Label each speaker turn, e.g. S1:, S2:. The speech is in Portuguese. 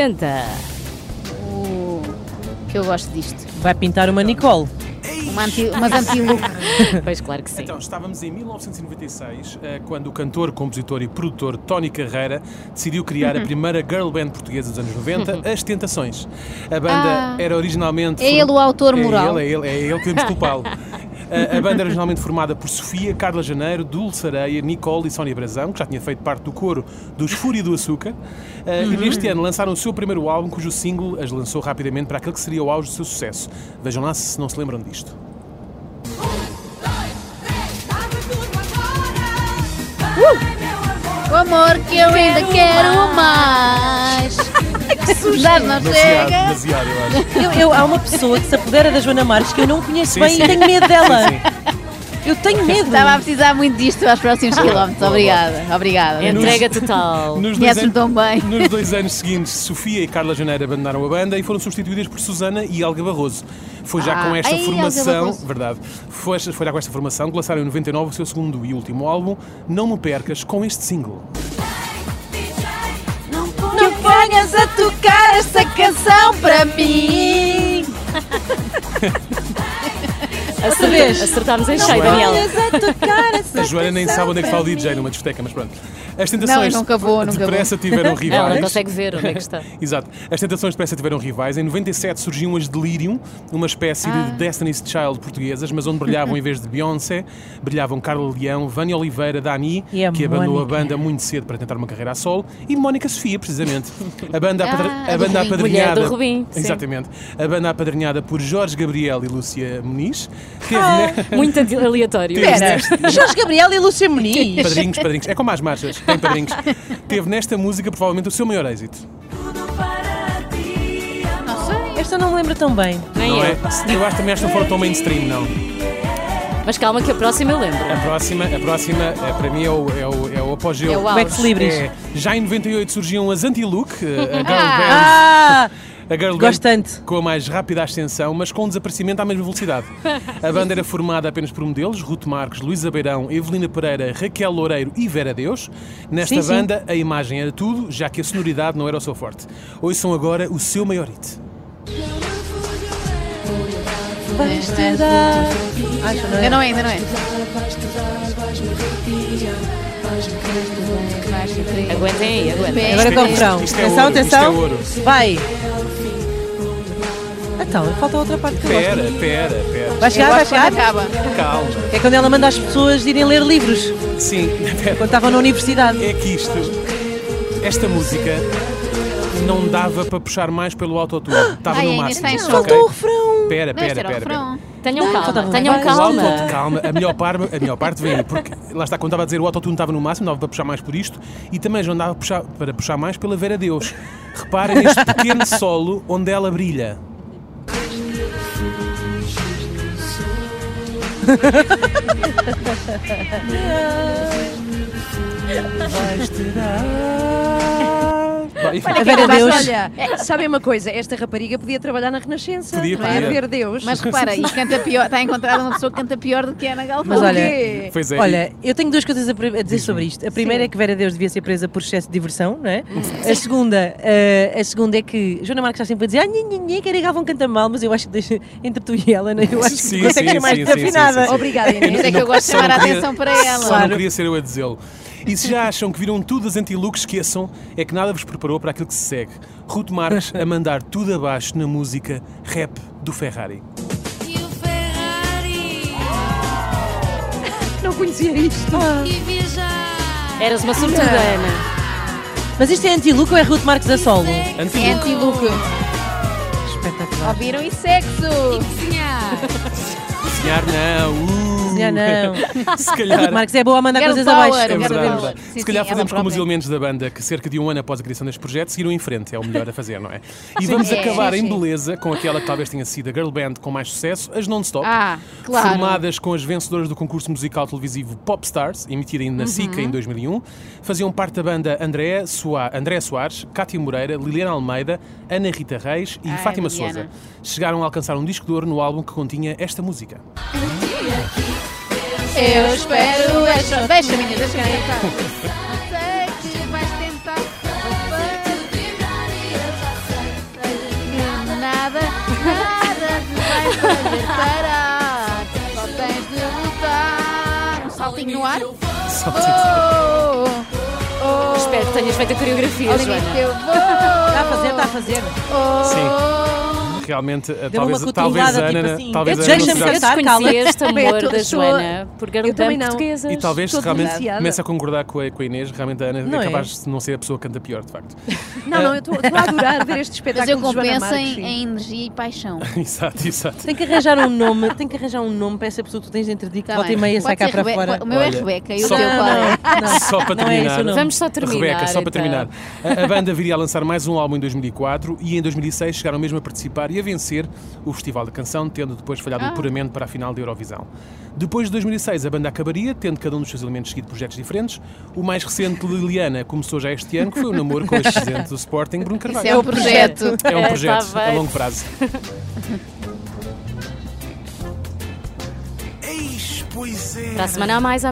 S1: apresenta
S2: O que eu gosto disto.
S3: Vai pintar uma Nicole.
S2: Uma anti, umas anti-look.
S1: Pois claro que sim.
S4: Então, estávamos em 1996, eh, quando o cantor, compositor e produtor Tony Carreira decidiu criar a
S2: Uhum.
S4: primeira girl band portuguesa dos anos 90, As Tentações. A
S2: Ah.
S4: banda era originalmente...
S2: É ele o autor moral.
S4: É ele, é ele, é ele que devemos culpá-lo. A, a banda era originalmente formada por Sofia, Carla Janeiro, Dulce Areia, Nicole e Sónia Brazão, que já tinha feito parte do coro dos Fúria do Açúcar. Eh,
S2: Uhum.
S4: E neste ano lançaram o seu primeiro álbum, cujo single as lançou rapidamente para aquele que seria o auge do seu sucesso. Vejam lá se não se lembram disto.
S2: O amor que eu ainda quero mais. que susto! Já não
S4: Demasiado,
S2: chega.
S4: demasiado, eu acho.
S3: Eu, eu- há uma pessoa que se apodera da Joana Marques que eu não conheço
S4: Sim,
S3: bem
S4: sim.
S3: e tenho medo dela.
S4: Sim,
S3: Eu tenho medo.
S2: Estava a precisar muito disto para os
S4: Ah,
S2: próximos quilómetros. Obrigada, obrigada.
S1: Entrega total.
S4: Nos dois,
S2: Conheces-me
S4: anos,
S2: tão bem.
S4: nos dois anos seguintes, Sofia e Carla Janeiro abandonaram a banda e foram substituídas por Susana e Alga Barroso. Foi já
S2: Ah,
S4: com esta
S2: ai, Helga
S4: formação,
S2: Barroso.
S4: verdade, foi, foi já com esta formação que lançaram em 99 o seu segundo e último álbum, Não Me Percas, com este single.
S2: Não venhas a tocar essa canção para mim.
S1: Acertamos, acertámos em cheio, Daniel.
S3: a tocar essa
S4: A Joana nem
S3: canção
S4: sabe onde é que está o
S3: para
S4: DJ numa discoteca, mas pronto. As
S2: Não, eu
S4: tentações
S2: nunca vou, nunca vou.
S4: depressa tiveram
S1: Ela não
S4: rivais.
S1: consegue ver onde é que está.
S4: Exato. As tentações de peça tiveram rivais. Em 97 surgiam as Delirium, uma espécie de Destiny's Child portuguesas, mas onde brilhavam, em vez de Beyoncé, brilhavam Carla Leão, Vânia Oliveira, Dani,
S3: E a
S4: que abandonou a
S3: Mónica.
S4: banda muito cedo para tentar uma carreira a solo, e Mónica Sofia, precisamente. A banda,
S2: Ah,
S4: apadr-
S2: a
S4: a
S2: do
S4: banda
S2: Rubim.
S4: apadrinhada...
S1: Mulher do Rubim, sim.
S4: Exatamente. A banda apadrinhada por Jorge Gabriel e Lúcia Muniz. Teve, ne-
S1: Muito adi- aleatório.
S3: Espera, Jorge Gabriel e Lúcia Muniz.
S4: Padrinhos, padrinhos. É como as marchas, tem padrinhos. Teve nesta música, provavelmente, o seu maior êxito.
S2: Não sei.
S3: Esta não me lembro tão bem.
S1: Nem
S4: não
S1: eu.
S4: é? Eu acho que também esta não foram tão mainstream, não.
S1: Mas calma que a próxima eu lembro.
S4: A próxima, a próxima é, para mim é o, é o, é o apogeu.
S2: É o
S3: Como é que se libris?
S4: É, já em 98 surgiam as Anti-Look, a a girl band,
S3: Ah!
S4: a girl
S3: Gosto
S4: band
S3: tanto.
S4: com a mais rápida ascensão, mas com um desaparecimento à mesma velocidade. A banda era formada apenas por modelos, Ruth Marques, Luísa Beirão, Evelina Pereira, Raquel Loureiro e Vera Deus. Nesta
S3: Sim, sim.
S4: banda, a imagem era tudo, já que a sonoridade não era o seu forte. Ouçam agora o seu maior hit.
S3: Vai estudar. Ai, Joana,
S2: Ainda não é, ainda não é.
S1: Aguentem aí, aguentem.
S3: Agora
S4: Isto é-
S3: com o verão.
S4: isto é
S3: Atenção,
S4: ouro, isto é
S3: atenção.
S4: ouro.
S3: Vai. Então, falta outra parte que eu gosto.
S4: Pera, pera, pera.
S3: Vai chegar, vai
S2: Gosto quando
S3: chegar.
S2: acaba.
S4: Calma.
S3: É quando ela manda as pessoas irem ler livros,
S4: Sim, pera.
S3: quando estavam na universidade.
S4: é que isto, esta música não dava para puxar mais pelo autotune. Estava
S2: Ai,
S4: no
S2: ainda
S4: máximo.
S2: está em
S4: ok?
S2: choque.
S3: Faltou o refrão.
S4: Pera,
S2: Não, este
S4: pera,
S2: era o
S4: pera. pera.
S2: refrão.
S1: Tenham calma,
S3: falta-
S1: tenham
S3: vai.
S4: O
S1: calma.
S4: autotune, calma, a melhor, par, a melhor parte vem aí, porque lá está, quando estava a dizer o autotune estava no máximo, dava para puxar mais por isto e também já andava puxar- para puxar mais pela Vera Deus. Reparem neste pequeno solo onde ela brilha. Vai,
S5: Olha,
S3: ver a
S5: que
S3: É Deus.
S5: Olha, é, sabem uma coisa? Esta rapariga podia trabalhar na Renascença.
S4: Podia,
S5: não é?
S4: podia.
S5: ver Deus.
S2: Mas repara, e canta pior, está a encontrar uma pessoa que canta pior do que a Ana Galvão.
S3: Mas olha,
S5: quê?
S4: Pois é,
S3: Olha, eu tenho duas coisas a, pri- a dizer sobre isto. A primeira é que Vera Deus devia ser presa por excesso de diversão, não é? A segunda, eh, a segunda é que Joana Marques está sempre a dizer ah, nhin, nhin, nhin, que a Galvão canta mal, mas eu acho que deixa, entre tu e ela, não é? eu acho que
S4: Sim,
S3: consegue
S4: sim,
S3: ser mais
S4: sim, sim, sim,
S3: desafinada.
S4: sim, sim.
S5: Obrigada,
S2: Por
S5: Inês.
S2: isso é que eu gosto de
S4: Só
S2: chamar a
S4: não queria-
S2: atenção para
S4: Só
S2: ela. É
S4: não queria ser eu a dizê-lo. E se já acham que viram tudo as anti-looks, esqueçam, é que nada vos preparou para aquilo que se segue. Ruth Marques a mandar tudo abaixo na música rap do Ferrari.
S6: E o Ferrari
S5: Não conhecia isto.
S3: Ah.
S6: e viajar.
S1: Eras uma sortuda, Ana.
S3: Mas isto é anti-look ou é Ruth Marques a solo?
S2: É
S4: Anti-look.
S2: anti-look.
S3: Espetacular.
S2: Ouviram e sexo.
S6: Cozinhar.
S4: Desenhar não. Uh.
S3: Já não.
S4: Se
S3: Ruth
S4: calhar.
S3: Marques é boa a mandar
S2: Girl
S3: coisas
S2: power,
S3: abaixo.
S4: É
S2: Era
S4: verdade,
S2: Vera
S4: é
S2: Deus.
S4: verdade.
S2: Sim,
S4: Se calhar
S2: sim,
S4: fazemos
S2: ela
S4: como os
S2: própria.
S4: elementos da banda que cerca de um ano após a criação deste projeto seguiram em frente, é o melhor a fazer, não é? E vamos
S2: sim.
S4: acabar
S2: Sim,
S4: em
S2: sim.
S4: beleza com aquela que talvez tenha sido a girl band com mais sucesso, as Non-Stop.
S2: Ah, claro.
S4: Formadas com as vencedoras do concurso musical televisivo Popstars, emitida na SICA
S2: Uhum.
S4: em 2001, faziam parte da banda André, Soa- André Soares, Cátia Moreira, Liliana Almeida, Ana Rita Reis e
S2: Ai,
S4: Fátima
S2: Liliana.
S4: Souza. Chegaram a alcançar um disco de ouro no álbum que continha esta música.
S2: Eu espero esta. Deixa, menina, deixa-me tentar. Sei que vais tentar. Um saltinho no ar.
S4: Só
S2: Oh, oh, oh.
S1: Espero que tenhas feito a coreografia,
S2: Olha nisto
S1: Joana.
S2: eu vou.
S3: Está a fazer, está Tá a fazer.
S2: Oh.
S4: Realmente, eh,
S3: Deu uma
S4: talvez, talvez a
S3: cotovelada,
S4: Ana,
S3: tipo assim.
S4: talvez a Ana
S3: Deixa-me
S4: não
S1: Eu
S4: precisasse-
S3: cantar, cala.
S1: desconhecia este
S5: Bem, eu
S1: amor
S5: tô-
S1: da
S5: estou-
S1: Joana por garotãs
S5: também não.
S1: portuguesas.
S4: E talvez se
S5: Estou
S4: realmente
S5: demasiada.
S4: comece a concordar com a, com a Inês, realmente a Ana
S3: Não é?
S4: é capaz de não ser a pessoa que canta pior, de facto.
S5: Não, não, eu estou estou a adorar ver
S3: Tá
S5: este
S2: Mas
S5: espetáculo
S2: eu
S5: de Joana
S2: compenso
S5: Marques.
S2: em,
S5: sim.
S2: em energia e paixão.
S4: exato, exato.
S3: Tem que arranjar um nome, tem que arranjar um nome para essa pessoa que tu tens dentro de ti que
S2: Tá
S3: volta
S2: bem.
S3: e meia sai
S2: Pode
S3: cá
S2: ser
S3: para
S2: Rebe-
S3: fora.
S2: O meu é
S4: Olha,
S2: Rebeca e o
S4: só- um
S2: teu
S4: Não,
S2: qual é?
S4: Só para
S3: não é
S4: terminar.
S3: isso, não.
S1: Vamos só terminar.
S4: Rebeca, só para
S1: então.
S4: terminar. A, a banda viria a lançar mais um álbum em 2004 e em 2006 chegaram mesmo a participar e a vencer o Festival da Canção, tendo depois falhado
S1: Ah.
S4: o puramente para a final da Eurovisão. Depois de 2006, a banda acabaria, tendo cada um dos seus elementos seguido projetos diferentes. O mais recente, Liliana, começou já este ano, que foi o namoro com o ex-presidente do Sporting, Bruno Carvalho.
S2: Isso é um projeto.
S4: É um
S1: É,
S4: projeto
S1: tá
S4: a
S1: bem.
S4: longo prazo.
S7: Eis, pois é.
S1: Para a semana há mais.